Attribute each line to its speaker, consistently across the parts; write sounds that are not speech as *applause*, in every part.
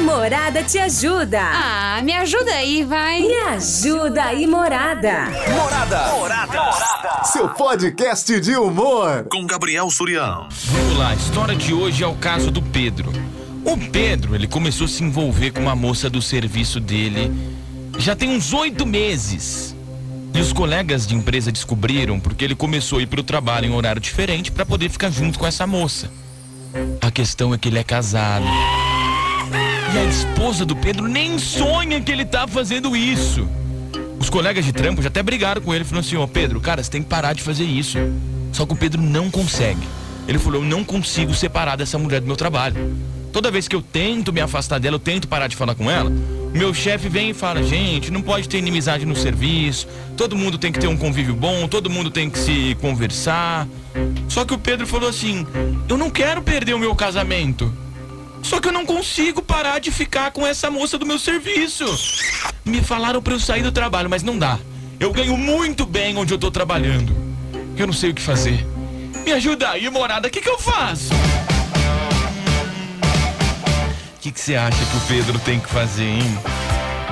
Speaker 1: Morada te ajuda.
Speaker 2: Ah, me ajuda aí, vai.
Speaker 1: Me ajuda aí, Morada.
Speaker 3: Morada. Morada.
Speaker 4: Seu podcast de humor.
Speaker 3: Com Gabriel Surião.
Speaker 5: Vamos lá, a história de hoje é o caso do Pedro. O Pedro, ele começou a se envolver com uma moça do serviço dele já tem uns oito meses. E os colegas de empresa descobriram porque ele começou a ir pro trabalho em horário diferente para poder ficar junto com essa moça. A questão é que ele é casado. E a esposa do Pedro nem sonha que ele tá fazendo isso. Os colegas de trampo já até brigaram com ele, falando assim: Ô Pedro, cara, você tem que parar de fazer isso. Só que o Pedro não consegue. Ele falou: Eu não consigo separar dessa mulher do meu trabalho. Toda vez que eu tento me afastar dela, eu tento parar de falar com ela, meu chefe vem e fala: Gente, não pode ter inimizade no serviço, todo mundo tem que ter um convívio bom, todo mundo tem que se conversar. Só que o Pedro falou assim: Eu não quero perder o meu casamento. Só que eu não consigo parar de ficar com essa moça do meu serviço. Me falaram pra eu sair do trabalho, mas não dá. Eu ganho muito bem onde eu tô trabalhando. Eu não sei o que fazer. Me ajuda aí, morada, o que, que eu faço? O que, que você acha que o Pedro tem que fazer, hein?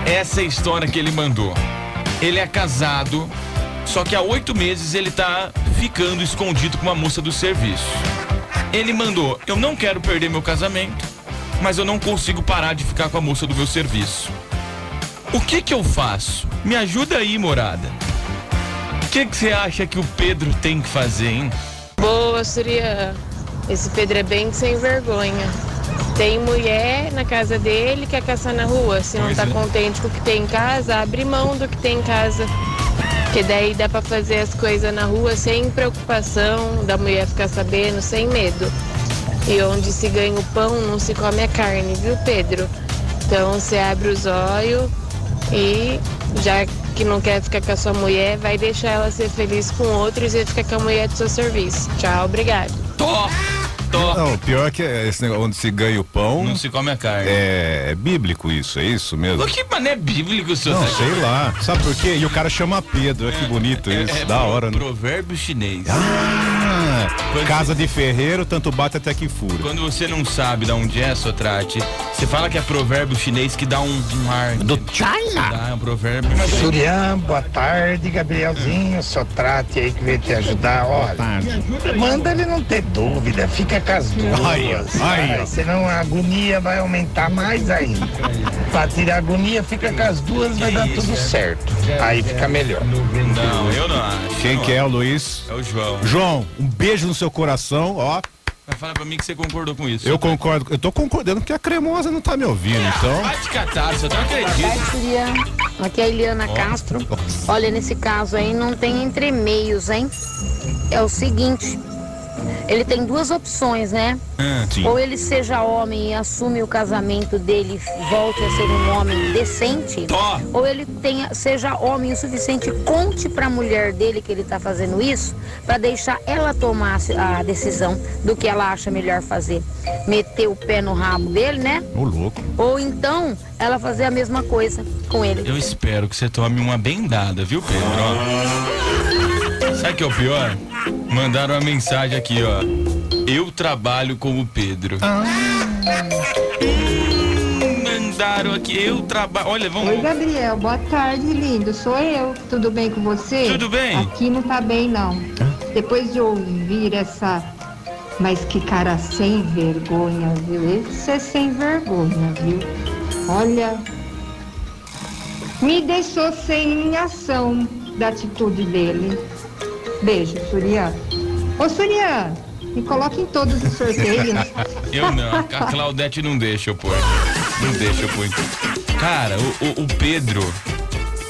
Speaker 5: Essa é a história que ele mandou. Ele é casado, só que há oito meses ele tá ficando escondido com uma moça do serviço. Ele mandou: Eu não quero perder meu casamento, mas eu não consigo parar de ficar com a moça do meu serviço. O que que eu faço? Me ajuda aí, morada. O que que você acha que o Pedro tem que fazer, hein?
Speaker 6: Boa, Surya. Esse Pedro é bem sem vergonha. Tem mulher na casa dele que quer caçar na rua. Se não
Speaker 5: Pois
Speaker 6: tá
Speaker 5: é.
Speaker 6: contente com o que tem em casa, abre mão do que tem em casa. Porque daí dá pra fazer as coisas na rua sem preocupação, da mulher ficar sabendo, sem medo. E onde se ganha o pão, não se come a carne, viu, Pedro? Então você abre os olhos e já que não quer ficar com a sua mulher, vai deixar ela ser feliz com outros e ficar com a mulher do seu serviço. Tchau, obrigado.
Speaker 5: Tó, tó.
Speaker 7: Não, o pior que é esse negócio onde se ganha o pão.
Speaker 5: Não se come a carne.
Speaker 7: É, é bíblico isso, é isso mesmo?
Speaker 5: Pô, Que né? mané bíblico, senhor.
Speaker 7: Não, sei lá. Sabe por quê? E o cara chama Pedro,
Speaker 5: É,
Speaker 7: olha que bonito isso. da hora, né?
Speaker 5: Provérbio chinês.
Speaker 7: Ah,
Speaker 5: Quando-
Speaker 7: casa de ferreiro, tanto bate até que fura.
Speaker 5: Quando você não sabe de onde é, Sotrate, você fala que é provérbio chinês que dá um, um ar. Do China? Dá, é um provérbio. Mas aí-
Speaker 8: Surian, boa tarde, Gabrielzinho, só trate aí que veio te ajudar, olha. Manda ele não ter dúvida, fica com as duas.
Speaker 7: Aí, ó, aí,
Speaker 8: cara,
Speaker 7: ó.
Speaker 8: senão a agonia vai aumentar mais ainda. Pra tirar a agonia, fica com as duas, vai dar tudo certo. Aí fica melhor.
Speaker 5: Não, eu não acho. eu
Speaker 7: Quem
Speaker 5: não
Speaker 7: que é o Luiz?
Speaker 5: acho. É o João.
Speaker 7: João, um beijo no seu coração, ó.
Speaker 5: Vai falar pra mim que você concordou com isso. é.
Speaker 7: Eu concordo, eu tô concordando porque a cremosa não tá me ouvindo, então.
Speaker 5: Vai te catar, você não acredita.
Speaker 9: Aqui é a Eliana Castro. Olha, nesse caso aí não tem entre meios, hein? É o seguinte, ele tem duas opções, né?
Speaker 5: Ah,
Speaker 7: Sim.
Speaker 9: Ou ele seja homem e assume o casamento dele e volte a ser um homem decente.
Speaker 5: Tó.
Speaker 9: Ou ele tenha, seja homem o suficiente, e conte pra mulher dele que ele tá fazendo isso, pra deixar ela tomar a se- a decisão do que ela acha melhor fazer. Meter o pé no rabo dele, né?
Speaker 7: Ô louco.
Speaker 9: Ou então ela fazer a mesma coisa com ele.
Speaker 5: Eu espero que você tome uma bendada, viu, Pedro? Ó. Sabe o que é o pior? Mandaram uma mensagem aqui, ó. Eu trabalho como Pedro.
Speaker 7: Ah.
Speaker 5: Hum, Mandaram aqui, eu trabalho. Olha, vamos.
Speaker 10: Oi, Gabriel. Boa tarde, lindo. Sou eu. Tudo bem com você?
Speaker 5: Tudo bem.
Speaker 10: Aqui não tá bem, não. Depois de ouvir essa. Mas que cara sem vergonha, viu? Esse é sem vergonha, viu? Olha. Me deixou sem ação da atitude dele. Beijo, Surian. Ô, Surian, me coloca em todos
Speaker 5: *laughs*
Speaker 10: os sorteios.
Speaker 5: Eu não, a Claudete não deixa eu pôr. Não deixa eu pôr. Cara, o, o- o Pedro,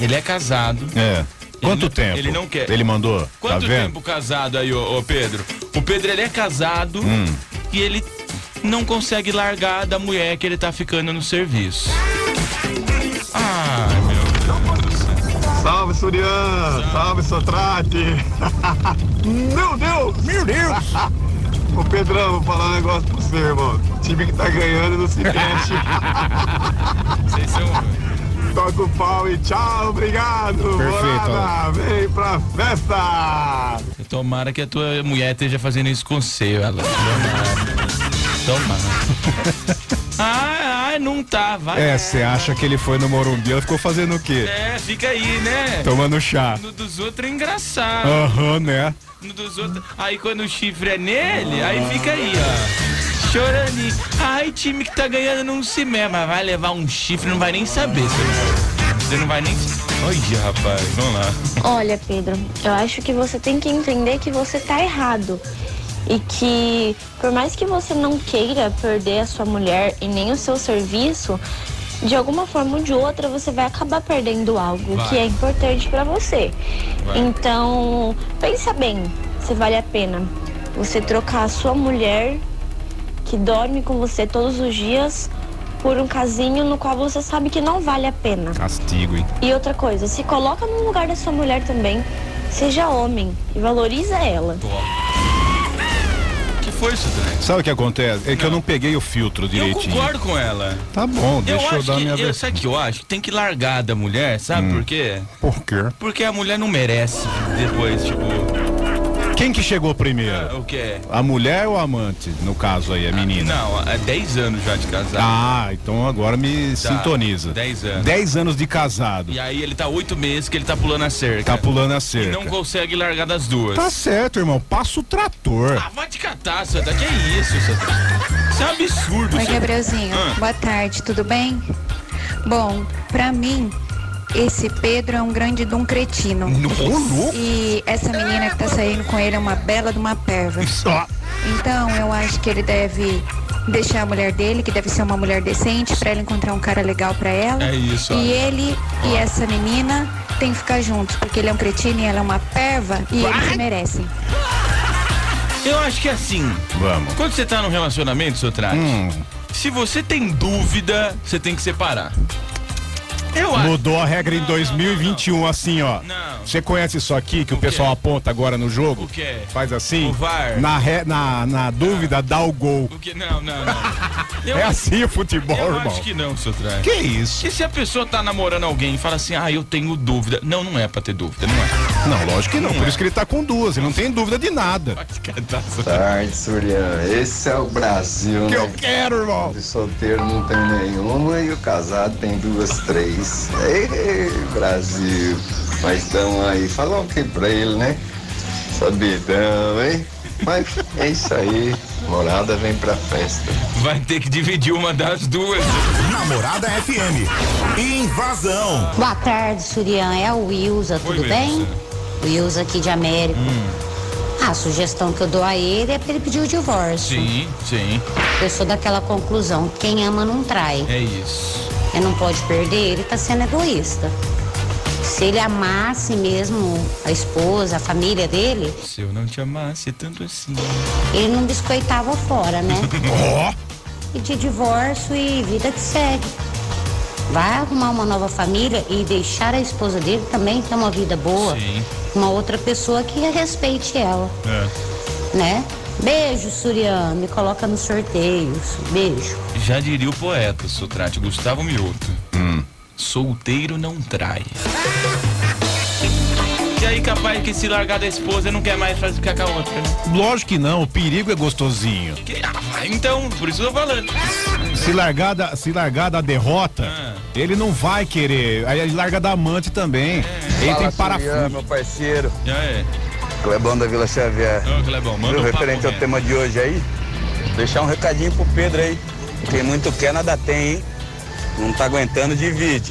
Speaker 5: ele é casado.
Speaker 7: É. Quanto
Speaker 5: não-
Speaker 7: tempo?
Speaker 5: ele não quer.
Speaker 7: Ele mandou?
Speaker 5: Quanto
Speaker 7: tá vendo?
Speaker 5: tempo casado aí, ô, ô, Pedro? O Pedro, ele é casado
Speaker 7: Hum.
Speaker 5: e ele não consegue largar da mulher que ele tá ficando no serviço. Ah, meu.
Speaker 11: Salve, Surian! Salve, Sotrate! *laughs*
Speaker 7: *laughs*
Speaker 11: Meu Deus! Meu Deus! Ô Pedrão, vou falar um negócio pra você, irmão. O time que tá ganhando não se mexe.
Speaker 5: *laughs* Vocês são...
Speaker 11: Toca o pau e tchau, obrigado!
Speaker 7: Perfeito.
Speaker 11: Morada, vem pra festa!
Speaker 5: Tomara que a tua mulher esteja
Speaker 7: *laughs*
Speaker 5: fazendo isso com você, ela. Tomara. Tomara. Ah, vai, não tá, vai.
Speaker 7: É, você acha que ele foi no Morumbi, ela ficou fazendo o quê?
Speaker 5: É, fica aí, né?
Speaker 7: Tomando chá.
Speaker 5: No dos outros é engraçado.
Speaker 7: Aham, né? Ah.
Speaker 5: No dos outros. Aí quando o chifre é nele, aí fica aí, ó. Chorando. Ai, time que tá ganhando não se mesma. mas Vai levar um chifre, não vai nem saber. seu- Você não vai nem. Olha, rapaz, vamos lá.
Speaker 12: Olha, Pedro, eu acho que você tem que entender que você tá errado. E que, por mais que você não queira perder a sua mulher e nem o seu serviço, de alguma forma ou de outra você vai acabar perdendo algo
Speaker 13: Vai.
Speaker 12: que é importante pra você.
Speaker 13: Vai.
Speaker 12: Então, pensa bem se vale a pena você trocar a sua mulher, que dorme com você todos os dias, por um casinho no qual você sabe que não vale a pena.
Speaker 7: Castigo, hein?
Speaker 12: E outra coisa, se coloca no lugar da sua mulher também. Seja homem e valoriza ela.
Speaker 5: Que foi isso, Dani?
Speaker 7: Sabe o que acontece? É que eu não peguei o filtro
Speaker 5: Eu
Speaker 7: direitinho.
Speaker 5: concordo com ela.
Speaker 7: Tá bom, deixa eu
Speaker 5: acho
Speaker 7: dar
Speaker 5: que,
Speaker 7: minha
Speaker 5: eu,
Speaker 7: versão. Hum.
Speaker 5: Sabe o que eu acho? Tem que largar da mulher, sabe por quê?
Speaker 7: Por quê?
Speaker 5: Porque a mulher não merece depois, tipo. Ah,
Speaker 7: Quem que chegou primeiro?
Speaker 5: O que
Speaker 7: A mulher ou a amante? No caso aí, a menina.
Speaker 5: Não, há 10 anos já de casado.
Speaker 7: Ah, então agora me
Speaker 5: Tá,
Speaker 7: sintoniza.
Speaker 5: 10 anos.
Speaker 7: 10 anos de casado.
Speaker 5: E aí ele tá oito meses que ele tá pulando a cerca.
Speaker 7: Tá pulando a
Speaker 5: E
Speaker 7: cerca.
Speaker 5: não consegue largar das duas.
Speaker 7: Tá certo, irmão. Passa o trator.
Speaker 5: Vai te catar, Santa. Que isso, Santa? Isso é um absurdo,
Speaker 14: Oi,
Speaker 5: Santa.
Speaker 14: Gabrielzinho.
Speaker 5: Ah.
Speaker 14: Boa tarde, tudo bem? Bom, pra mim, esse Pedro é um grande de um cretino.
Speaker 13: louco.
Speaker 14: E essa menina que tá saindo com ele é uma bela de uma perva. Então, eu acho que ele deve deixar a mulher dele, que deve ser uma mulher decente, pra ela encontrar um cara legal pra ela.
Speaker 5: É isso, ó.
Speaker 14: E ele e essa menina tem que ficar juntos, porque ele é um cretino e ela é uma perva e eles merecem.
Speaker 5: Eu acho que é assim.
Speaker 7: Vamos. Hum.
Speaker 5: Quando você tá num relacionamento, seu traje, se você tem dúvida, você tem que separar. Eu acho.
Speaker 7: Mudou a regra em 2021, assim, ó. Você conhece isso aqui que o, pessoal aponta agora no jogo? O
Speaker 5: quê?
Speaker 7: Faz assim?
Speaker 5: O VAR.
Speaker 7: Na, re- na, na dúvida, dá o gol.
Speaker 5: Porque não, não, não.
Speaker 7: *laughs*
Speaker 5: Eu
Speaker 7: é
Speaker 5: acho-
Speaker 7: assim o futebol,
Speaker 5: Eu
Speaker 7: irmão.
Speaker 5: acho que não, seu traje.
Speaker 7: Que isso?
Speaker 5: E se a pessoa tá namorando alguém e fala assim, ah, eu tenho dúvida. Não, não é pra ter dúvida, não é.
Speaker 7: Não, lógico que não. Por
Speaker 5: é.
Speaker 7: isso que ele tá com duas. Ele não tem dúvida de nada.
Speaker 5: tá,
Speaker 11: Tarde, Surian. Esse é o Brasil,
Speaker 7: Que
Speaker 11: né?
Speaker 7: eu quero, irmão.
Speaker 11: O solteiro não tem nenhuma e o casado tem duas, três. Ei, Brasil. Mas estão aí. Falar o que pra ele, né? Sabidão, hein? Mas é isso aí. Morada vem pra festa.
Speaker 5: Vai ter que dividir uma das duas.
Speaker 11: Namorada
Speaker 15: FM. Invasão.
Speaker 16: Boa tarde, Surian. É a Wilza, tudo bem? Hum. Wilza aqui de América. Ah, A sugestão que eu dou a ele é pra ele pedir o divórcio.
Speaker 5: Sim, sim.
Speaker 16: Eu sou daquela conclusão, quem ama não trai.
Speaker 5: É isso.
Speaker 16: Ele não pode perder, ele tá sendo egoísta. Se ele amasse mesmo a esposa, a família dele,
Speaker 5: Se eu não te amasse tanto assim.
Speaker 16: ele não biscoitava fora, né?
Speaker 5: *laughs*
Speaker 16: Pedir divórcio e vida que segue. Vai arrumar uma nova família e deixar a esposa dele também ter uma vida boa.
Speaker 13: Sim.
Speaker 16: Uma outra pessoa que respeite ela,
Speaker 5: É.
Speaker 16: né? Beijo, Surian. Me coloca nos sorteios. Beijo.
Speaker 5: Já diria o poeta Sotrate, Gustavo Mioto. Solteiro não trai. E aí, capaz que se largar da esposa não quer mais fazer ficar com a outra, né?
Speaker 7: Lógico que não. O perigo é gostosinho.
Speaker 5: Que- ah, então, por isso eu tô falando.
Speaker 7: Se largar da, se largar da derrota,
Speaker 5: Ah.
Speaker 7: ele não vai querer. Aí ele larga da amante também. Ele tem parafuso.
Speaker 17: meu parceiro.
Speaker 5: É.
Speaker 17: Clebão da Vila Xavier.
Speaker 5: Ô, Clebão, manda
Speaker 17: Viu,
Speaker 5: um papo
Speaker 17: referente ao
Speaker 5: reto.
Speaker 17: tema de hoje aí, deixar um recadinho pro Pedro aí. Quem muito quer, nada tem, hein? Não tá aguentando, divide.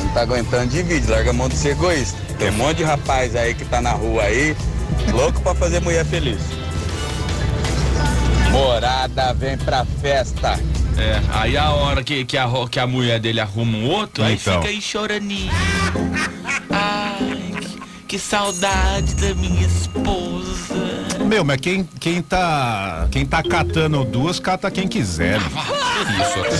Speaker 17: Não tá aguentando, divide. Larga a mão de ser egoísta. Tem um monte de rapaz aí que tá na rua aí, louco pra fazer mulher feliz. Morada, vem pra festa.
Speaker 5: É, aí a hora que, que, a, ro- que a mulher dele arruma um outro, aí
Speaker 17: Então.
Speaker 5: fica aí choraninho. Ai, que, que saudade da minha esposa.
Speaker 7: Meu, mas quem, quem tá. Quem tá catando duas, cata quem quiser.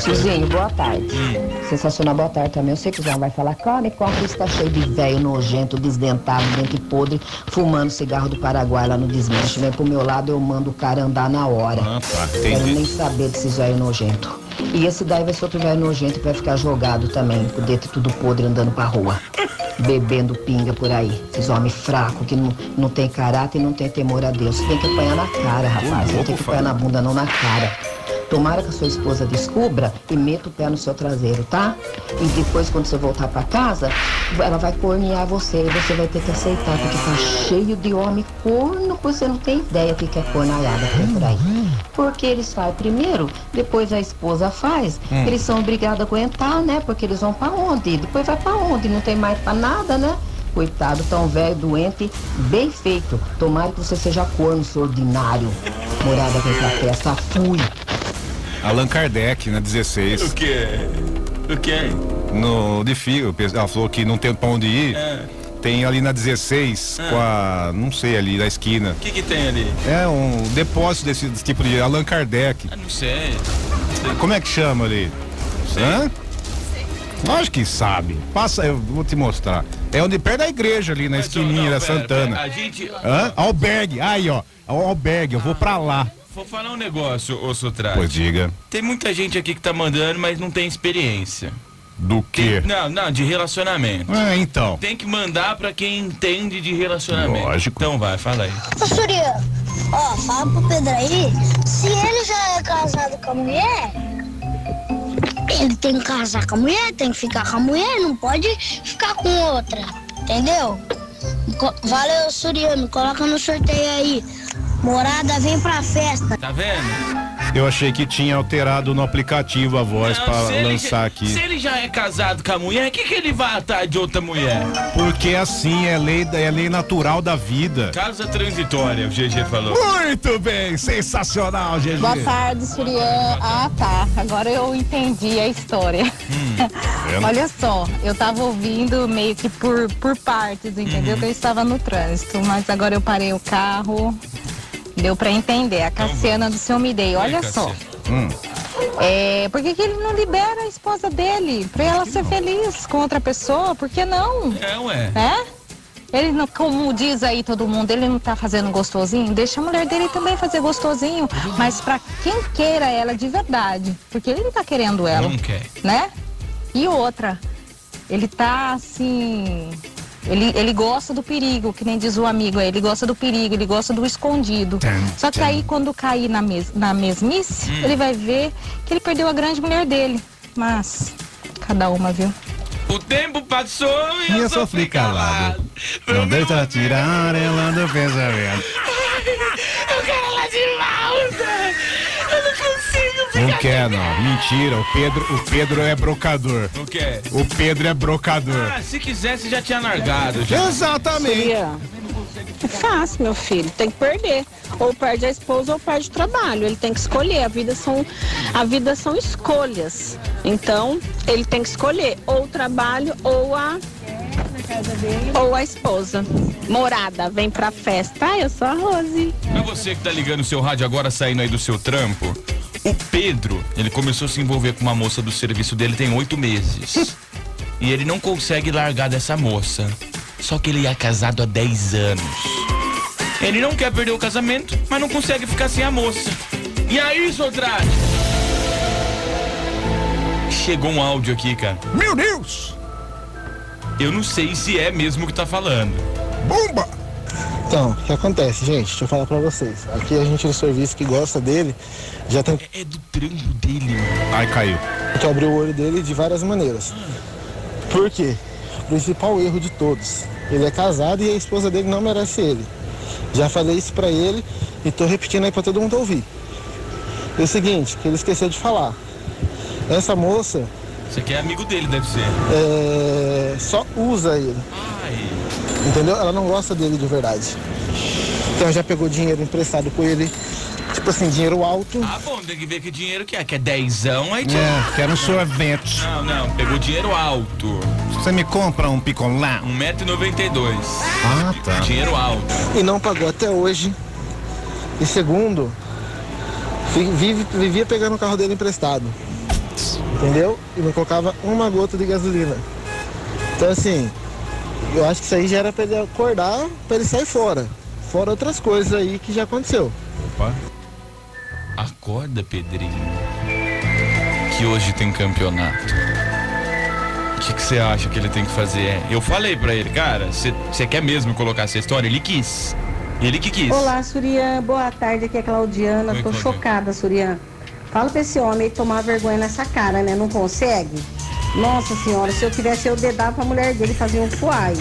Speaker 18: Suzinho, boa tarde.
Speaker 7: Hum.
Speaker 18: Sensacional, boa tarde também. Eu sei que o João vai falar, come, come, que está cheio de velho nojento, desdentado, dente podre, fumando cigarro do Paraguai lá no desmanche. Vem pro meu lado, eu mando o cara andar na hora.
Speaker 7: Ah, tá,
Speaker 18: Quero
Speaker 7: entendi.
Speaker 18: nem saber desse velho nojento. E esse daí vai ser outro velho nojento que vai ficar jogado também, com o dente tudo podre andando pra rua. Bebendo pinga por aí. Esses homens fracos que não, não tem caráter e não tem temor a Deus. Tem que apanhar na cara, rapaz. Não tem que apanhar na bunda, não na cara. Tomara que a sua esposa descubra e meta o pé no seu traseiro, tá? E depois, quando você voltar pra casa, ela vai cornear você e você vai ter que aceitar, porque tá cheio de homem corno, que você não tem ideia do que que é cornaiada que tem por aí. Porque eles fazem primeiro, depois a esposa faz,
Speaker 14: Hum.
Speaker 18: eles são obrigados a aguentar, né? Porque eles vão pra onde? Depois vai pra onde? Não tem mais pra nada, né? Coitado, tão velho, doente, bem feito. Tomara que você seja corno, seu ordinário. Morada com café, só fui.
Speaker 7: Allan Kardec, né? 16.
Speaker 5: O que? O que?
Speaker 7: No de Fio, ela falou que não tem pra onde ir. Tem ali na 16,
Speaker 5: É.
Speaker 7: com a. não sei, ali na esquina.
Speaker 5: O que, que tem ali?
Speaker 7: É um depósito desse, desse tipo de Allan Kardec.
Speaker 5: Não sei.
Speaker 7: Como é que chama ali? Hã? Lógico que sabe. Passa, eu vou te mostrar. É onde perto da igreja ali, na esquininha da Santana.
Speaker 5: A gente.
Speaker 7: Hã? Albergue, aí ó. É o Albergue, eu vou pra lá.
Speaker 5: Vou falar um negócio, ô Sotrate.
Speaker 7: Pois diga.
Speaker 5: Tem muita gente aqui que tá mandando, mas não tem experiência.
Speaker 7: Do quê?
Speaker 5: Não, não, de relacionamento.
Speaker 7: Ah, então.
Speaker 5: Tem que mandar pra quem entende de relacionamento. Lógico. Então vai, fala aí.
Speaker 19: Ô Surya, ó, fala pro Pedro aí, se ele já é casado com a mulher, ele tem que casar com a mulher, tem que ficar com a mulher, não pode ficar com outra, entendeu? Co- Valeu, Suriano, coloca no sorteio aí. Morada, vem pra festa.
Speaker 5: Tá vendo?
Speaker 7: Eu achei que tinha alterado no aplicativo a voz
Speaker 5: Não,
Speaker 7: pra
Speaker 5: se ele
Speaker 7: lançar
Speaker 5: já-
Speaker 7: aqui.
Speaker 5: Se ele já é casado com a mulher, o que, que ele vai atrás de outra mulher?
Speaker 7: Porque assim é lei, da- é lei natural da vida.
Speaker 5: Casa transitória, o GG falou.
Speaker 7: Muito bem, sensacional, GG.
Speaker 13: Boa tarde, Surian. Ah, tá. Agora eu entendi a história.
Speaker 7: Hum. vendo?
Speaker 13: Olha só, eu tava ouvindo meio que por, por partes, entendeu? Que eu estava no trânsito, mas agora eu parei o carro. Deu pra entender. A Cassiana do seu Midei, olha só.
Speaker 7: Hum.
Speaker 13: É, por que, que ele não libera a esposa dele? Pra ela ser feliz com outra pessoa? Por que não?
Speaker 5: É, ué.
Speaker 13: Né? Ele não, como diz aí todo mundo, ele não tá fazendo gostosinho, deixa a mulher dele também fazer gostosinho, mas pra quem queira ela de verdade, porque ele não tá querendo ela,
Speaker 5: Não quer.
Speaker 13: né? E outra, ele tá assim, ele, ele gosta do perigo, que nem diz o amigo aí, ele gosta do perigo, ele gosta do escondido.
Speaker 5: É,
Speaker 13: Só que aí quando cair na, mes, na mesmice,
Speaker 5: Hum.
Speaker 13: ele vai ver que ele perdeu a grande mulher dele, mas cada uma, viu?
Speaker 5: O tempo passou e,
Speaker 7: E
Speaker 5: eu,
Speaker 7: eu só fui calado. Não deixa tirar ela do pensamento.
Speaker 14: Eu quero ela de volta! Eu não consigo ficar
Speaker 7: Não quer, não. Mentira, o Pedro, o Pedro é brocador.
Speaker 5: Não quer.
Speaker 7: O Pedro é brocador.
Speaker 5: Ah, se quisesse já tinha largado. Já.
Speaker 7: Exatamente.
Speaker 20: É fácil, meu filho. Tem que perder. Ou perde a esposa ou perde o trabalho. Ele tem que escolher. A vida são, a vida são escolhas. Então, ele tem que escolher ou o trabalho ou a. Ou a esposa. Morada, vem pra festa. Ah, eu sou a Rose.
Speaker 5: Pra você que tá ligando o seu rádio agora, saindo aí do seu trampo, o Pedro, ele começou a se envolver com uma moça do serviço dele tem oito meses. e ele não consegue largar dessa moça. Só que ele é casado há 10 anos. Ele não quer perder o casamento, mas não consegue ficar sem a moça. E aí, Sotrate? Chegou um áudio aqui, cara.
Speaker 7: Meu Deus!
Speaker 5: Eu não sei se é mesmo que tá falando.
Speaker 7: Bomba!
Speaker 21: Então, o que acontece, gente? Deixa eu falar pra vocês. Aqui a gente do serviço que gosta dele já tem.
Speaker 5: É do trampo dele.
Speaker 7: Ai, caiu.
Speaker 21: Que abriu o olho dele de várias maneiras. Por quê? O principal erro de todos. Ele é casado e a esposa dele não merece ele. Já falei isso pra ele e tô repetindo aí pra todo mundo ouvir. É o seguinte, que ele esqueceu de falar. Essa moça
Speaker 5: Você aqui é amigo dele, deve ser.
Speaker 21: é, só usa ele. Entendeu? Ela não gosta dele de verdade. Então já pegou dinheiro emprestado com ele, tipo assim, dinheiro alto.
Speaker 5: Ah, bom, tem que ver que dinheiro que é. Que é dezão, aí
Speaker 7: É, quero um sorvete.
Speaker 5: Não, não, pegou dinheiro alto.
Speaker 7: Você me compra um picolé?
Speaker 5: 1,92m.
Speaker 7: Ah, tá.
Speaker 5: Dinheiro alto.
Speaker 21: E não pagou até hoje. E segundo, vi- vive, vivia pegando o carro dele emprestado. Entendeu? E não colocava uma gota de gasolina. Então assim, eu acho que isso aí já era pra ele acordar, pra ele sair fora. Fora outras coisas aí que já aconteceu.
Speaker 5: Opa. Acorda, Pedrinho. Que hoje tem campeonato. O que que você acha que ele tem que fazer? É, Eu falei pra ele, cara, você quer mesmo colocar essa história? Ele quis. Ele que quis.
Speaker 22: Olá, Surian. Boa tarde, aqui é Claudiana.
Speaker 5: Oi,
Speaker 22: Tô
Speaker 5: Claudiana.
Speaker 22: chocada, Surian.
Speaker 1: Fala pra esse homem aí tomar vergonha nessa cara, né? Não consegue? Nossa senhora, se eu tivesse eu dedava pra mulher dele fazer um fuai.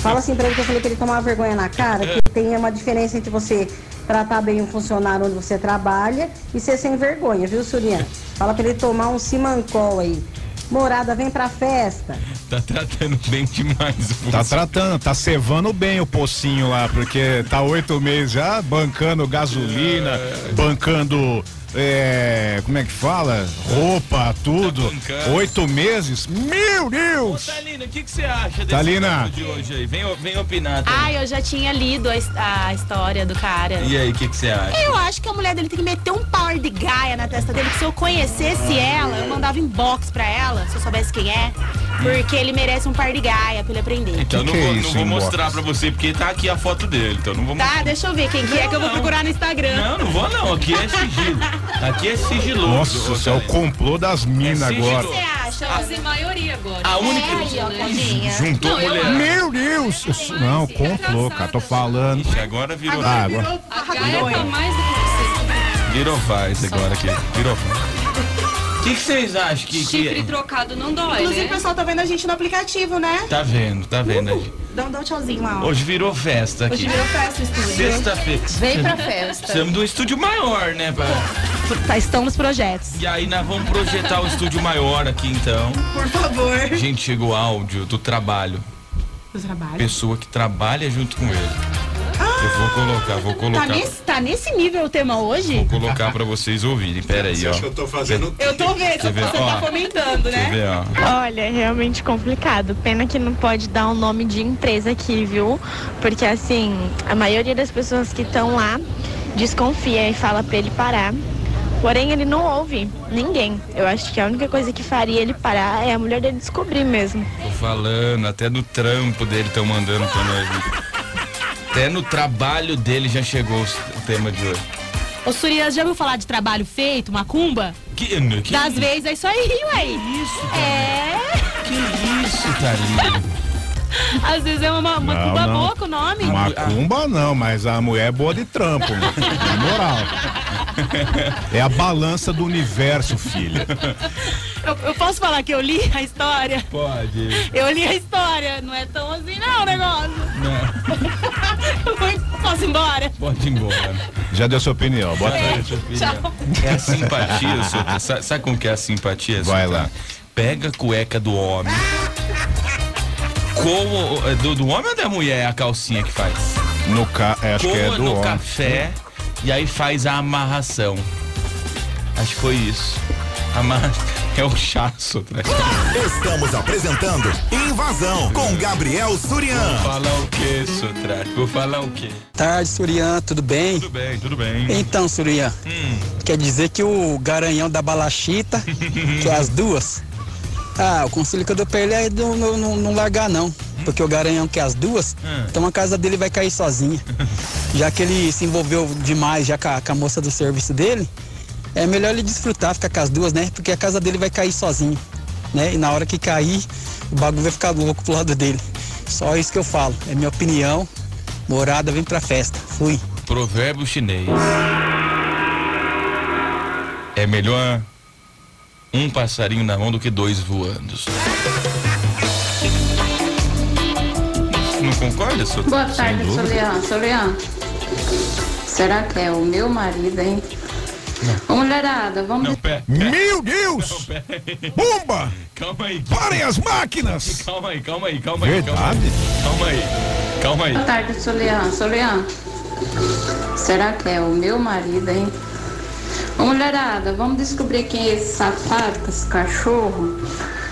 Speaker 1: Fala assim pra ele que eu falei pra ele tomar vergonha na cara, que tem uma diferença entre você tratar bem um funcionário onde você trabalha e ser sem vergonha, viu, Surian? Fala pra ele tomar um simancol aí. Morada, vem pra festa.
Speaker 5: Tá tratando bem demais o
Speaker 7: Tá tratando, tá cevando bem o pocinho lá, porque tá oito meses já bancando gasolina,
Speaker 5: é.
Speaker 7: bancando. é, como é que fala? Roupa, tudo.
Speaker 5: Tá bancando.
Speaker 7: Oito meses? Meu Deus!
Speaker 5: Ô, Thalina, o que, que você acha desse
Speaker 7: Thalina.
Speaker 5: papo de hoje aí? Vem, vem opinar. Thalina.
Speaker 4: Ah, eu já tinha lido a, his- a história do cara.
Speaker 7: é
Speaker 5: E aí, o que, que você acha?
Speaker 4: Eu acho que a mulher dele tem que meter um power de gaia na testa dele, que se eu conhecesse
Speaker 7: Ah.
Speaker 4: ela, eu mandava inbox pra ela, se eu soubesse quem é. Porque ele merece um par de gaia pra ele aprender.
Speaker 5: Então não,
Speaker 7: que
Speaker 5: vou,
Speaker 7: é
Speaker 5: não
Speaker 7: isso,
Speaker 5: vou
Speaker 7: inbox?
Speaker 5: mostrar pra você, porque tá aqui a foto dele, então não vou
Speaker 4: Tá, deixa eu ver quem que é que eu vou procurar no Instagram.
Speaker 5: Não, não vou não. Aqui é sigilo. Aqui é sigiloso.
Speaker 7: Nossa, isso é o complô das minas agora.
Speaker 4: acha?
Speaker 22: Mas a maioria agora.
Speaker 5: A única-
Speaker 22: É,
Speaker 4: tá
Speaker 22: aí, ó, colinha.
Speaker 7: Juntou
Speaker 22: Não, eu
Speaker 7: mulher.
Speaker 22: acho.
Speaker 7: Meu Deus! Não, complô, cara, tô falando.
Speaker 5: agora virou.
Speaker 7: Ah, agora.
Speaker 22: A Gaia tá mais do que
Speaker 5: Virou faz agora aqui. Virou faz.
Speaker 4: *laughs*
Speaker 5: O que, que vocês acham que,
Speaker 22: você.
Speaker 5: que
Speaker 22: Chifre
Speaker 5: é?
Speaker 22: trocado não dói,
Speaker 4: Inclusive,
Speaker 22: né?
Speaker 4: o pessoal tá vendo a gente no aplicativo, né?
Speaker 5: Tá vendo, tá vendo.
Speaker 4: Dá um, dá um tchauzinho lá, ó.
Speaker 5: Hoje virou
Speaker 7: tá
Speaker 5: festa aqui.
Speaker 4: Hoje virou festa o estúdio.
Speaker 5: Sexta-feira.
Speaker 4: Vem pra festa.
Speaker 5: Precisamos de um estúdio maior, né? pra-
Speaker 4: Tá, estão nos projetos.
Speaker 5: E aí nós vamos projetar o estúdio maior aqui então.
Speaker 4: Por favor.
Speaker 5: Gente, chegou áudio do trabalho.
Speaker 4: Do trabalho.
Speaker 5: Pessoa que trabalha junto com ele. Eu vou colocar, vou
Speaker 4: Ah! Tá
Speaker 5: colocar.
Speaker 4: nesse, tá nesse nível o tema hoje?
Speaker 5: Vou colocar pra vocês ouvirem. Pera aí, ó.
Speaker 11: acha que eu tô fazendo
Speaker 4: Eu tô vendo,
Speaker 5: Quer
Speaker 4: você
Speaker 5: ver?
Speaker 4: tá
Speaker 5: Ó.
Speaker 4: comentando,
Speaker 5: Quer
Speaker 4: né?
Speaker 5: ver, ó?
Speaker 12: Olha, é realmente complicado. Pena que não pode dar o nome de empresa aqui, viu? Porque assim, a maioria das pessoas que estão lá desconfia e fala pra ele parar. Porém, ele não ouve ninguém. Eu acho que a única coisa que faria ele parar é a mulher dele descobrir mesmo.
Speaker 5: Tô falando, até do trampo dele estão mandando pra nós. né? Até no trabalho dele já chegou o tema de hoje.
Speaker 4: Ô, Surya, já ouviu falar de trabalho feito, macumba?
Speaker 5: Que, que
Speaker 4: Das vezes é isso aí, ué. isso? É. *laughs*
Speaker 5: Que isso, Thalina?
Speaker 4: Às vezes é uma
Speaker 7: Não,
Speaker 4: macumba
Speaker 7: não.
Speaker 4: boa com o nome.
Speaker 7: Macumba não, mas a mulher é boa de trampo, né? na moral. É a balança do universo, filha.
Speaker 4: Eu, eu posso falar que eu li a história?
Speaker 5: Pode.
Speaker 4: Eu li a história, não é tão assim não o negócio.
Speaker 5: Não,
Speaker 4: Eu vou- posso ir embora?
Speaker 5: pode ir embora.
Speaker 7: Já deu sua opinião, boa
Speaker 4: É,
Speaker 7: tarde.
Speaker 4: Tchau.
Speaker 5: É a *laughs* simpatia, Sota. Sa- Sabe como que é a simpatia? Vai lá. Pega a cueca do homem. Como. é Do, do homem ou da mulher é a calcinha que faz?
Speaker 7: No ca... é, acho que é
Speaker 5: Coa
Speaker 7: do
Speaker 5: no
Speaker 7: homem.
Speaker 5: café e aí faz a amarração. Acho que foi isso. Amarra... *laughs* É o chá, Sota.
Speaker 23: Estamos apresentando Invasão com Gabriel Surian.
Speaker 5: Vou falar o que, Sotrate? Vou falar o quê?
Speaker 17: Tarde, Surian, tudo bem?
Speaker 5: Tudo bem, tudo bem. Hum.
Speaker 17: Então, Surian, quer dizer que o garanhão
Speaker 5: *laughs*
Speaker 17: da balachita, que é as duas, ah, o conselho que eu dou pra ele é não, não- não- não largar não, porque o garanhão que é as duas,
Speaker 5: Hum.
Speaker 17: então a casa dele vai cair sozinha. Já que ele se envolveu demais já com a, com a moça do serviço dele, é melhor ele desfrutar, ficar com as duas, né? Porque a casa dele vai cair sozinho, né? E na hora que cair, o bagulho vai ficar louco pro lado dele. Só isso que eu falo, é minha opinião. Morada, vem pra festa. Fui.
Speaker 5: Provérbio chinês. É melhor um passarinho na mão do que dois voando. Não concorda, Sotrate?
Speaker 24: Boa tarde, seu Leão. Seu Leão, será que é o meu marido, hein? Ô, mulherada, vamos...
Speaker 7: Meu Deus! Bomba!
Speaker 5: Calma aí.
Speaker 7: Parem as máquinas!
Speaker 5: Calma aí, calma aí, calma aí. Calma aí. Calma aí. Calma aí.
Speaker 24: Boa tarde, seu Leão. Seu Leão, será que é o meu marido, hein? Ô, mulherada, vamos descobrir quem é esse safado, esse cachorro?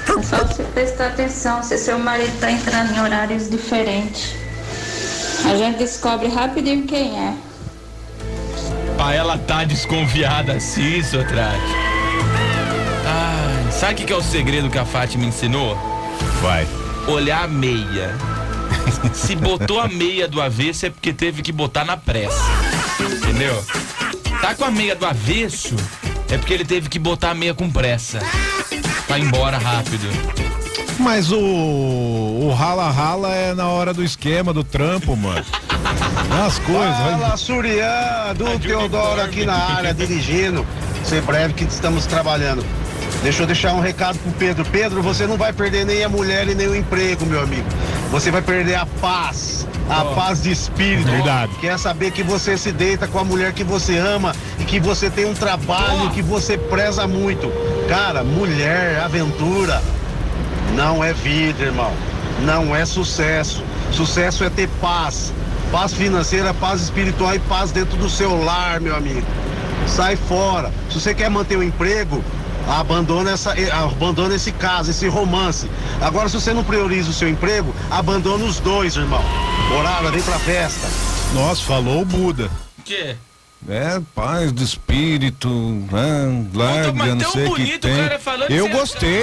Speaker 24: É só você prestar atenção se seu marido tá entrando em horários diferentes. A gente descobre rapidinho quem é.
Speaker 5: Ah, ela tá desconfiada assim, Sotrate. Ah, sabe o que, que é o segredo que a Fátima ensinou?
Speaker 7: Vai.
Speaker 5: Olhar a meia.
Speaker 7: *laughs*
Speaker 5: Se botou a meia do avesso é porque teve que botar na pressa. Entendeu? Tá com a meia do avesso é porque ele teve que botar a meia com pressa. Pra ir embora rápido.
Speaker 7: Mas o, o rala rala é na hora do esquema do trampo, mano. As coisas. vai-
Speaker 25: Fala, Surian, do Teodoro aqui na área, dirigindo.
Speaker 3: ser breve que estamos trabalhando. Deixa eu deixar um recado pro Pedro. Pedro, você não vai perder nem a mulher e nem o emprego, meu amigo. Você vai perder a paz, a
Speaker 7: Oh.
Speaker 3: paz de espírito. Verdade. Quer saber que você se deita com a mulher que você ama e que você tem um
Speaker 7: Oh.
Speaker 3: trabalho que você preza muito. Cara, mulher, aventura, não é vida, irmão. Não é sucesso. Sucesso é ter paz. Paz financeira, paz espiritual e paz dentro do seu lar, meu amigo. Sai fora. Se você quer manter o emprego, abandona, essa, eh, abandona esse caso, esse romance. Agora, se você não prioriza o seu emprego, abandona os dois, irmão. Morada, vem pra festa.
Speaker 7: Nossa, falou o Buda.
Speaker 5: Que?
Speaker 7: É, paz do espírito, né, larga, não sei o que
Speaker 5: bonito o
Speaker 7: tem.
Speaker 5: cara falando
Speaker 7: eu
Speaker 5: que você- é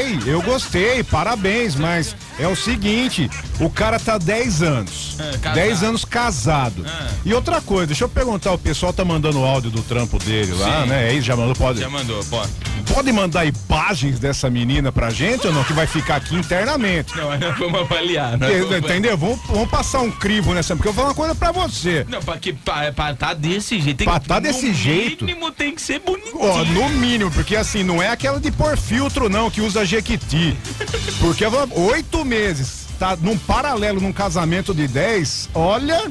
Speaker 7: gostei, eu gostei, parabéns, mas é o seguinte, o cara tá 10 anos,
Speaker 5: É, casado. Ah.
Speaker 7: 10 anos casado. E outra coisa, deixa eu perguntar, o pessoal tá mandando o áudio do trampo dele lá,
Speaker 5: Sim.
Speaker 7: né, aí já mandou, pode,
Speaker 5: Já mandou, pode.
Speaker 7: pode mandar imagens dessa menina pra gente ou não, que vai ficar aqui internamente.
Speaker 5: Não, *laughs* não vamos avaliar. Ah, né? Não,
Speaker 7: Porque, tá Entendeu? Vamos, vamos passar um crivo nessa, porque eu vou falar uma coisa pra você.
Speaker 5: Não, pra, que, pra, pra tá desse jeito. Tem
Speaker 7: Pra
Speaker 5: que-
Speaker 7: tá desse
Speaker 5: no
Speaker 7: jeito.
Speaker 5: mínimo tem que ser bonitinho.
Speaker 7: Ó, no mínimo, porque assim, não é aquela de pôr filtro, não, que usa Jequiti. Porque eu vou- oito meses, tá num paralelo, num casamento de dez, olha.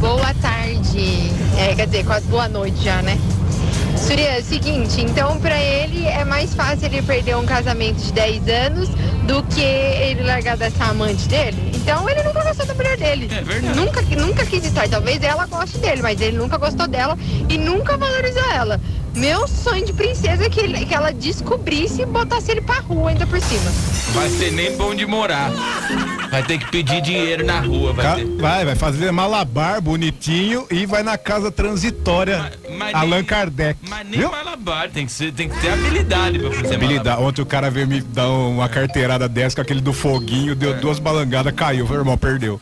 Speaker 6: Boa tarde. É, quer dizer, quase boa noite já, né? Surya, é o seguinte, então pra ele é mais fácil ele perder um casamento de 10 anos do que ele largar dessa amante dele. Então ele nunca gostou da mulher dele. É
Speaker 5: verdade.
Speaker 6: Nunca, nunca quis estar. Talvez ela goste dele, mas ele nunca gostou dela e nunca valorizou ela. Meu sonho de princesa é que, ele- que ela descobrisse e botasse ele pra rua ainda por cima.
Speaker 5: Vai ser nem bom de morar. Vai ter que pedir dinheiro na rua, vai ter.
Speaker 7: Vai, vai fazer malabar bonitinho e vai na casa transitória
Speaker 5: mas
Speaker 7: Allan
Speaker 5: nem-
Speaker 7: Kardec.
Speaker 5: Mas nem
Speaker 7: viu?
Speaker 5: malabar, tem que, ser, tem que ter habilidade pra fazer
Speaker 7: Habilidade. Ontem o cara veio me dar um- uma carteirada dessa com aquele do foguinho,
Speaker 5: É.
Speaker 7: deu duas balangadas, caiu. Meu irmão, perdeu.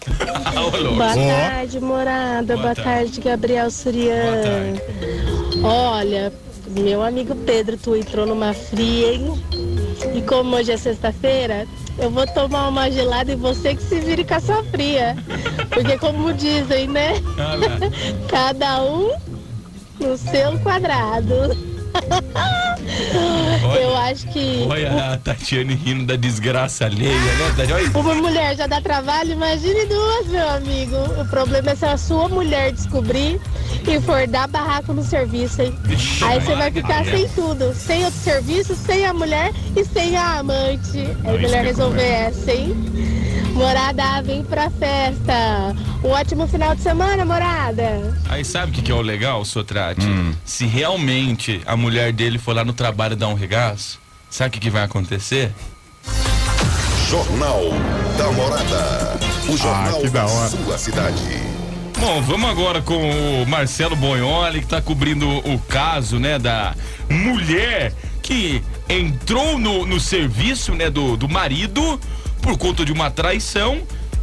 Speaker 5: malabar. Ô, louco.
Speaker 20: Boa
Speaker 7: Ó.
Speaker 20: tarde, morada. Boa, tarde. Gabriel Surian. Olha, meu amigo Pedro, tu entrou numa fria, hein? E como hoje é sexta-feira, eu vou tomar uma gelada e você que se vire com a sua fria. Porque como dizem, né?
Speaker 14: Ah, lá.
Speaker 20: Cada um no seu quadrado. Eu acho que
Speaker 5: Olha a Tatiane rindo da desgraça alheia, né? Tati? Olha
Speaker 20: Uma mulher já dá trabalho, imagine duas, meu amigo. O problema é se a sua mulher descobrir e for dar barraco no serviço, hein?
Speaker 5: Vixe,
Speaker 20: Aí você vai
Speaker 5: Maria.
Speaker 20: ficar sem tudo, sem o serviço, sem a mulher e sem a amante. É
Speaker 5: Não, isso
Speaker 20: melhor
Speaker 5: que é
Speaker 20: resolver
Speaker 5: problema.
Speaker 20: essa, hein? Morada, vem pra festa. Um ótimo final de semana, morada.
Speaker 5: Aí sabe o que, que é o legal, Sotrate?
Speaker 7: Hum.
Speaker 5: Se realmente a mulher dele for lá no trabalho dar um regaço, sabe o que, que vai acontecer?
Speaker 8: Jornal da Morada. O jornal da, sua cidade.
Speaker 5: Bom, vamos agora com o Marcelo Bonholi, que tá cobrindo o caso, né, da mulher que entrou no, no serviço, né, do, do marido por conta de uma traição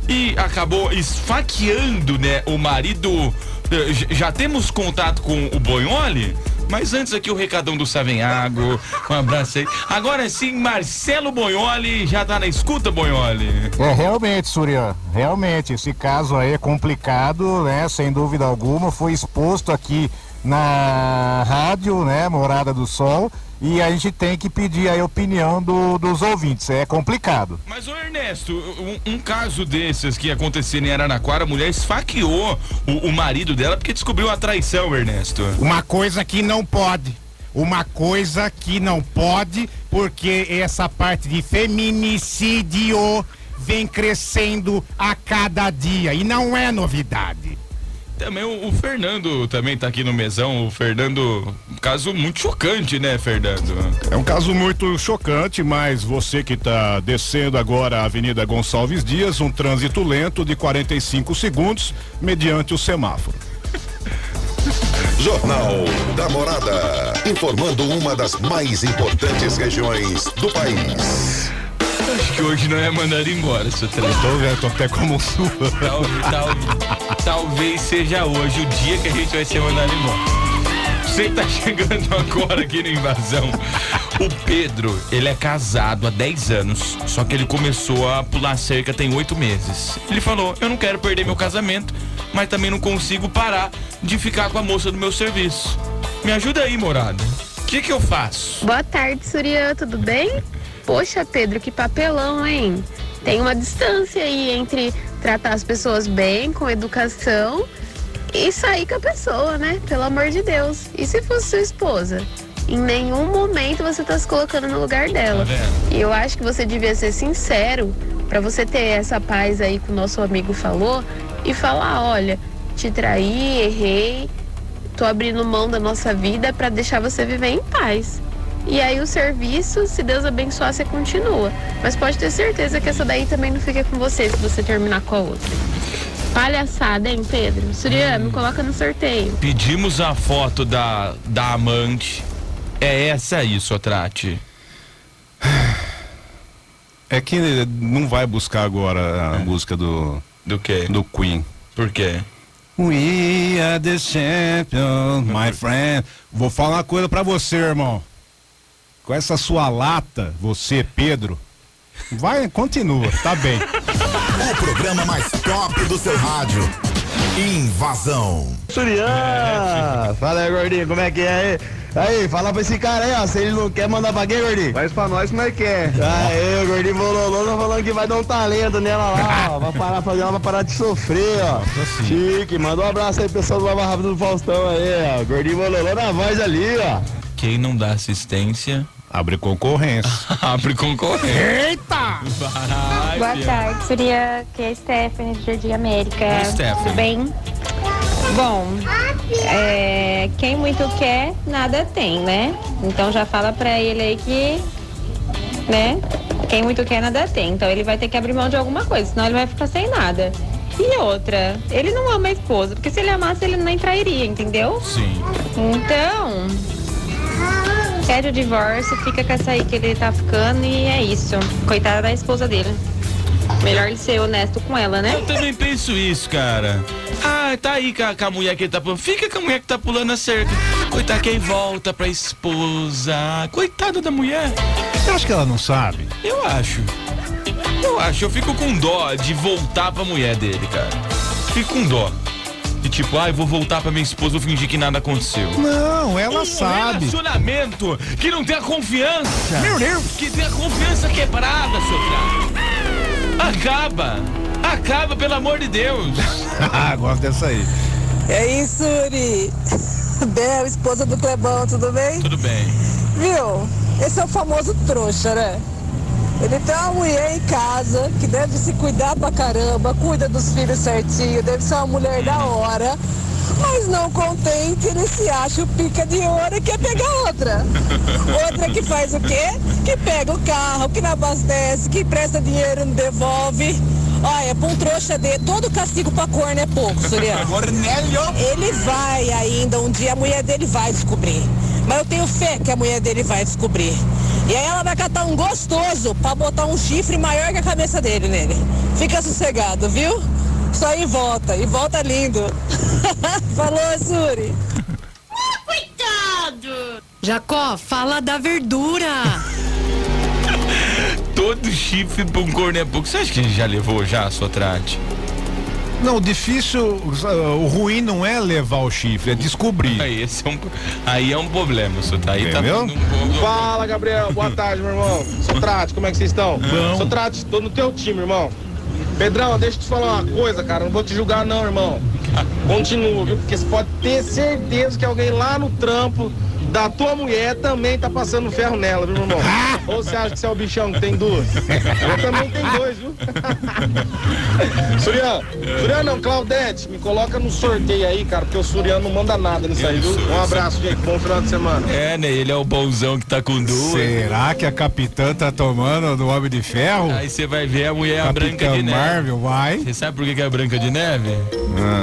Speaker 5: e acabou esfaqueando, né, o marido. Eh, j- Já temos contato com o Bonholi? Mas antes aqui o recadão do Savenhago, um abraço aí. Agora sim, Marcelo Bonholi, já tá na escuta, Bonholi?
Speaker 9: É, realmente, Surya, realmente, esse caso aí é complicado, né, sem dúvida alguma, foi exposto aqui na rádio, né, Morada do Sol, e a gente tem que pedir aí a opinião do- dos ouvintes, é complicado.
Speaker 5: Mas, ô Ernesto, um, um caso desses que aconteceu em Araraquara, a mulher esfaqueou o, o marido dela porque descobriu a traição, Ernesto.
Speaker 10: Uma coisa que não pode. Uma coisa que não pode, porque essa parte de feminicídio vem crescendo a cada dia e não é novidade.
Speaker 5: Também o, o Fernando também tá aqui no mesão. O Fernando, um caso muito chocante, né, Fernando?
Speaker 7: É um caso muito chocante, mas você que está descendo agora a Avenida Gonçalves Dias, um trânsito lento de 45 segundos, mediante o semáforo.
Speaker 8: Jornal da Morada. Informando uma das mais importantes regiões do país.
Speaker 5: Acho que hoje não é mandado embora, seu
Speaker 7: Tô vendo, tô até como um
Speaker 5: *laughs*
Speaker 7: suco.
Speaker 5: Tal, tal- talvez seja hoje o dia que a gente vai ser mandado embora. Você tá chegando agora aqui no Invasão. O Pedro, ele é casado há 10 anos, só que ele começou a pular cerca tem 8 meses. Ele falou: Eu não quero perder meu casamento, mas também não consigo parar de ficar com a moça do meu serviço. Me ajuda aí, morada. que que eu faço?
Speaker 24: Boa tarde, Surya, tudo bem? Poxa, Pedro, que papelão, hein? Tem uma distância aí entre tratar as pessoas bem, com educação, e sair com a pessoa, né? Pelo amor de Deus. E se fosse sua esposa? Em nenhum momento você tá se colocando no lugar dela.
Speaker 14: Tá vendo?
Speaker 24: E eu acho que você devia ser sincero pra você ter essa paz aí que o nosso amigo falou e falar, olha, te traí, errei, tô abrindo mão da nossa vida pra deixar você viver em paz. E aí o serviço, se Deus abençoar, você continua. Mas pode ter certeza que essa daí também não fica com você se você terminar com a outra. Palhaçada, hein, Pedro? Surya, me coloca no sorteio.
Speaker 5: Pedimos a foto da, da amante. É essa aí, Sotrate.
Speaker 7: É que não vai buscar agora a música do.
Speaker 5: É. Do quê?
Speaker 7: Do Queen.
Speaker 5: Por quê?
Speaker 7: We are the champions,
Speaker 5: *laughs*
Speaker 7: my friend. Vou falar uma coisa pra você, irmão. Com essa sua lata, você, Pedro, vai, continua, tá bem.
Speaker 23: O programa mais top do seu rádio. Invasão.
Speaker 2: Surian! Fala aí, gordinho, como é que é aí? Aí, fala pra esse cara aí, ó. Se ele não quer, mandar pra quem, gordinho? Faz pra nós é que nós quer. Aí, o gordinho bololô tá falando que vai dar um talento nela lá,
Speaker 7: *laughs*
Speaker 2: ó. Vai parar, fazer ela vai parar de sofrer, ó. Chique, manda um abraço aí, pessoal do Lava Rápido do Faustão aí, ó. Gordinho bololô na voz ali, ó.
Speaker 5: Quem não dá assistência.
Speaker 7: Abre concorrência.
Speaker 5: *laughs* Abre concorrência.
Speaker 14: Eita!
Speaker 5: Vai,
Speaker 26: Boa
Speaker 5: Bia.
Speaker 26: tarde, Surya, que é a Stephanie do Jardim América.
Speaker 5: Oi, Stephanie.
Speaker 26: Tudo bem? Bom, é, quem muito quer, nada tem, né? Então já fala pra ele aí que, né? Quem muito quer, nada tem. Então ele vai ter que abrir mão de alguma coisa, senão ele vai ficar sem nada. E outra, ele não ama a esposa, porque se ele amasse, ele nem trairia, entendeu?
Speaker 5: Sim.
Speaker 26: Então, pede o divórcio, fica com essa aí que ele tá ficando e é isso. Coitada da esposa dele. Melhor ele ser honesto com ela, né?
Speaker 5: Eu também penso isso, cara. Ah, tá aí com a, com a mulher que tá pulando. Fica com a mulher que tá pulando a cerca. Coitada quem volta pra esposa. Coitada da mulher.
Speaker 7: Você acha que ela não sabe? *laughs*
Speaker 5: Eu acho. Eu acho, eu fico com dó de voltar pra mulher dele, cara. Fico com dó. De tipo, ah, eu vou voltar pra minha esposa, vou fingir que nada aconteceu.
Speaker 7: Não, ela
Speaker 5: um
Speaker 7: sabe.
Speaker 5: relacionamento que não tem a confiança. Meu Deus. Que é tem a confiança quebrada, seu cara. Acaba. Acaba, pelo amor de Deus.
Speaker 7: ah, gosto dessa aí.
Speaker 27: É isso, Uri. Bel, esposa do Clebão, tudo bem?
Speaker 5: Tudo bem.
Speaker 27: Viu? Esse é o famoso trouxa, né? Ele tem uma mulher em casa que deve se cuidar pra caramba, cuida dos filhos certinho, deve ser uma mulher da
Speaker 5: Uhum.
Speaker 27: hora. Mas não contente, ele se acha o pica de ouro e quer pegar outra. Outra que faz o quê? Que pega o carro, que não abastece, que empresta dinheiro e não devolve. Olha, pra um trouxa de todo castigo pra corno é pouco, Suriano.
Speaker 14: Cornélio!
Speaker 27: Ele vai ainda, um dia a mulher dele vai descobrir. Mas eu tenho fé que a mulher dele vai descobrir. E aí ela vai catar um gostoso pra botar um chifre maior que a cabeça dele nele. Fica sossegado, viu? Só aí volta, e volta lindo. *laughs* Falou, Suri.
Speaker 22: Coitado!
Speaker 16: Jacó, fala da verdura.
Speaker 5: Todo chifre pra um corno é pouco. Você acha que já levou já, Sotrate?
Speaker 7: Não, o difícil, o ruim não é levar o chifre, é descobrir.
Speaker 5: Aí, esse é um, aí é um problema, Sotrate. Aí tá
Speaker 7: Entendeu?
Speaker 5: dando um pouco.
Speaker 2: Fala, Gabriel. Boa tarde, meu irmão. Sotrate, como é que vocês estão?
Speaker 5: Bom.
Speaker 2: Sotrate, tô no teu time, irmão. Pedrão, deixa eu te falar uma coisa, cara. Não vou te julgar, não, irmão. Continua, viu? Porque você pode ter certeza que alguém lá no trampo da tua mulher também tá passando ferro nela, viu, meu irmão? Ou você acha que você é o bichão que tem duas? Eu também tenho dois, viu? Surian, Surian não, Claudete, me coloca no sorteio aí, cara, porque o Surian não manda nada nisso aí, viu? Um abraço, gente. Bom final de semana.
Speaker 5: É, né? Ele é o bonzão que tá com duas.
Speaker 7: Será que a capitã tá tomando do Homem de Ferro?
Speaker 5: Aí você vai ver a mulher a
Speaker 7: Capitã
Speaker 5: Branca de Neve.
Speaker 7: Marvel, vai.
Speaker 5: Você sabe por que que é a Branca de Neve?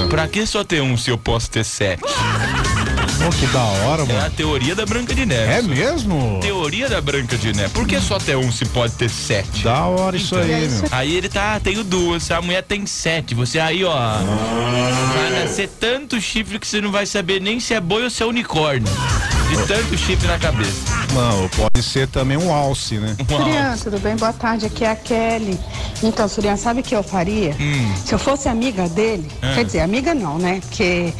Speaker 5: Pra que só ter um se eu posso ter sete?
Speaker 7: Pô, que da hora,
Speaker 5: É a teoria da Branca de Neve.
Speaker 7: É mesmo?
Speaker 5: Teoria da Branca de Neve. Por que só ter um se pode ter sete? Então, é
Speaker 7: Da hora isso aí, meu.
Speaker 5: Aí ele tá, ah, tenho duas, a mulher tem sete. Você aí, ó. Vai nascer tanto chifre que você não vai saber nem se é boi ou se é unicórnio. De tanto chifre na cabeça.
Speaker 7: Não, pode ser também um alce, né?
Speaker 27: Surian, tudo bem? Boa tarde, aqui é a Kelly. Então, Surian, sabe o que eu faria?
Speaker 7: Hum.
Speaker 27: Se eu fosse amiga dele,
Speaker 5: Ah.
Speaker 7: É.
Speaker 27: quer dizer, amiga não, né? Porque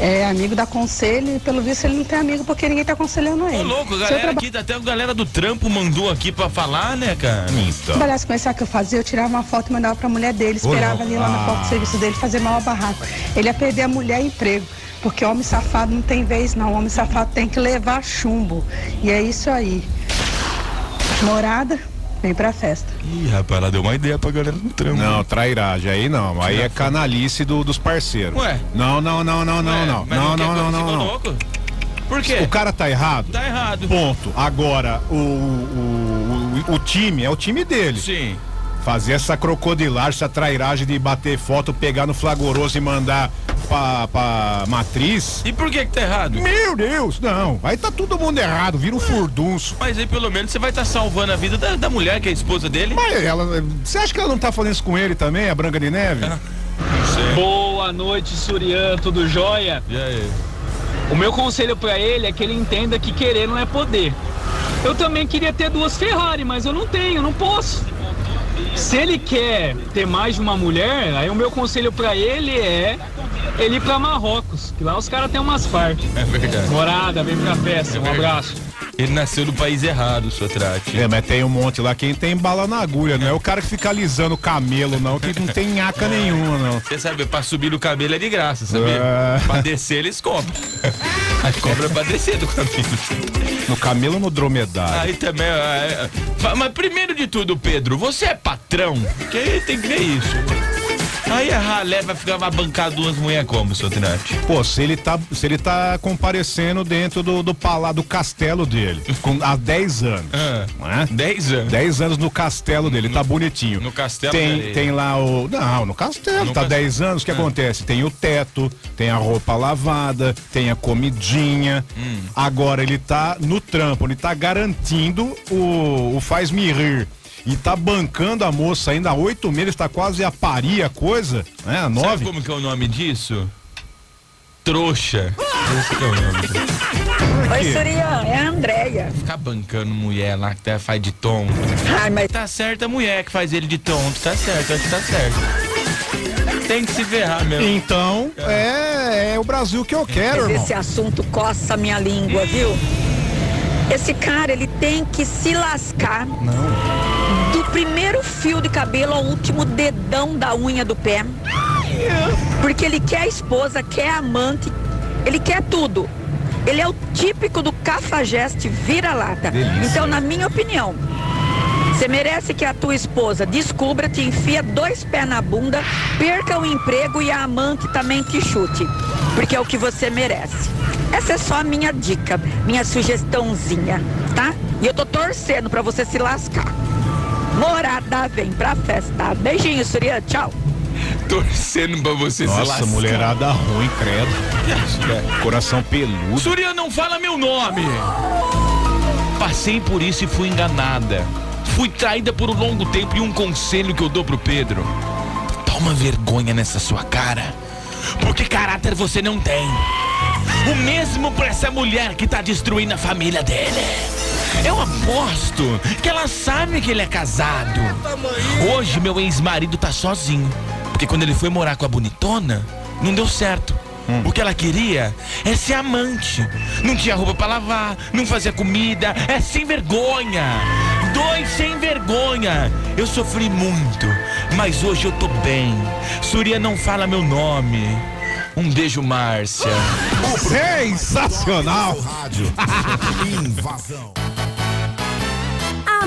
Speaker 1: é amigo da conselho e pelo visto ele não tem amigo porque ninguém tá aconselhando ele.
Speaker 5: Ô, louco,
Speaker 1: Se eu
Speaker 5: galera
Speaker 1: traba-
Speaker 5: aqui, tá até a galera do trampo mandou aqui pra falar, né, cara?
Speaker 7: Então.
Speaker 1: trabalhasse com esse sabe o que eu fazia, eu tirava uma foto e mandava pra mulher dele,
Speaker 5: Ô,
Speaker 1: esperava
Speaker 5: louco.
Speaker 1: ali lá na
Speaker 5: Ah.
Speaker 1: porta do serviço dele fazer maior barraco. Ele ia perder a mulher e emprego, porque homem safado não tem vez não, homem safado tem que levar chumbo. E é isso aí. Morada, vem pra festa.
Speaker 7: Ih, rapaz, ela deu uma ideia pra galera do trampo. Não, trairagem, aí não. Aí é canalice do- dos parceiros.
Speaker 5: Ué?
Speaker 7: Não, não, não, não, não,
Speaker 5: Ué,
Speaker 7: não.
Speaker 5: mas
Speaker 7: Não,
Speaker 5: quer
Speaker 7: não,
Speaker 5: coisa
Speaker 7: não,
Speaker 5: que
Speaker 7: não,
Speaker 5: ficou
Speaker 7: não.
Speaker 5: louco? Por quê?
Speaker 7: O cara tá errado?
Speaker 5: Tá errado.
Speaker 7: Ponto. Agora, o, o, o, o time é o time dele.
Speaker 5: Sim.
Speaker 7: Fazer essa crocodilagem, essa trairagem de bater foto, pegar no flagoroso e mandar pra, pra matriz.
Speaker 5: E por que que tá errado?
Speaker 7: Meu Deus, não. Aí tá todo mundo errado, vira um furdunço.
Speaker 5: Mas aí pelo menos você vai estar salvando a vida da, da mulher que é a esposa dele.
Speaker 7: Mas ela, você acha que ela não tá falando isso com ele também, a Branca de Neve?
Speaker 5: Ah.
Speaker 18: Boa noite, Surian, tudo jóia?
Speaker 5: E aí?
Speaker 18: O meu conselho pra ele é que ele entenda que querer não é poder. Eu também queria ter duas Ferrari, mas eu não tenho, não posso. Se ele quer ter mais de uma mulher, aí o meu conselho pra ele é ele ir pra Marrocos, que lá os caras têm umas partes.
Speaker 5: É verdade.
Speaker 18: Morada, vem pra festa, um abraço.
Speaker 5: Ele nasceu no país errado, sua trate.
Speaker 7: É, mas tem um monte lá, quem tem bala na agulha, não é o cara que fica alisando o camelo, não, que não tem nhaca nenhuma, não.
Speaker 5: Você sabe, pra subir no cabelo é de graça, sabia? Pra descer eles cobram. A cobra é pra descer do cabelo.
Speaker 7: No camelo ou no dromedário?
Speaker 5: Aí também. é, é. Fa- Mas primeiro de tudo, Pedro, você é patrão? Que aí tem que ver isso. Aí a ralé vai ficar vai bancar duas mulheres como, seu Trinati?
Speaker 7: Pô, se ele tá, se ele tá comparecendo dentro do, do palácio do castelo dele, com, há 10 anos. né?
Speaker 5: 10 Ah, anos?
Speaker 7: 10 anos no castelo dele, tá bonitinho.
Speaker 5: no castelo de
Speaker 7: tem,
Speaker 5: areia.
Speaker 7: tem lá o. Não, no castelo,
Speaker 5: No
Speaker 7: tá
Speaker 5: castelo. Ah.
Speaker 7: 10 anos, o que acontece? Tem o teto, tem a roupa lavada, tem a comidinha.
Speaker 5: Hum.
Speaker 7: Agora ele tá no trampo, ele tá garantindo o, o faz-me rir. E tá bancando a moça ainda há oito meses, tá quase a parir a coisa, né? A nove.
Speaker 5: Sabe como que é o nome disso? Trouxa. Esse que é o nome. Por
Speaker 19: Oi,
Speaker 5: quê?
Speaker 19: Surian, é a Andréia.
Speaker 5: Ficar bancando mulher lá que tá- faz de tonto.
Speaker 19: Ai, mas...
Speaker 5: Tá certa a mulher que faz ele de tonto, tá certo, acho que tá certo. Tem que se ferrar mesmo.
Speaker 7: Então, é, é o Brasil que eu quero, irmão.
Speaker 19: Esse assunto coça a minha língua, viu? Esse cara, ele tem que se lascar. Do primeiro fio de cabelo ao último dedão da unha do pé. Porque ele quer esposa, quer amante, ele quer tudo. Ele é o típico do cafajeste vira-lata.
Speaker 13: Delícia.
Speaker 19: Então, na minha opinião, você merece que a tua esposa descubra, te enfia dois pés na bunda, perca o emprego e a amante também te chute. Porque é o que você merece. Essa é só a minha dica, minha sugestãozinha, tá? E eu tô torcendo pra você se lascar. Morada, vem pra festa. Beijinho, Surya. Tchau.
Speaker 5: Torcendo pra você se
Speaker 7: Nossa,
Speaker 5: lascar.
Speaker 7: mulherada ruim,
Speaker 5: É.
Speaker 7: credo. Coração peludo.
Speaker 5: Surya, não fala meu nome! Passei por isso e fui enganada. Fui traída por um longo tempo e um conselho que eu dou pro Pedro. Toma vergonha nessa sua cara. Porque caráter você não tem. O mesmo pra essa mulher que tá destruindo a família dele. Eu aposto que ela sabe que ele é casado. Hoje meu ex-marido tá sozinho. Porque quando ele foi morar com a bonitona, não deu certo. O que ela queria é ser amante. Não tinha roupa pra lavar, não fazia comida, é sem vergonha. Dois sem vergonha. Eu sofri muito, mas hoje eu tô bem. Surya não fala meu nome. Um beijo, Márcia.
Speaker 7: Sensacional!
Speaker 23: Invasão.
Speaker 21: A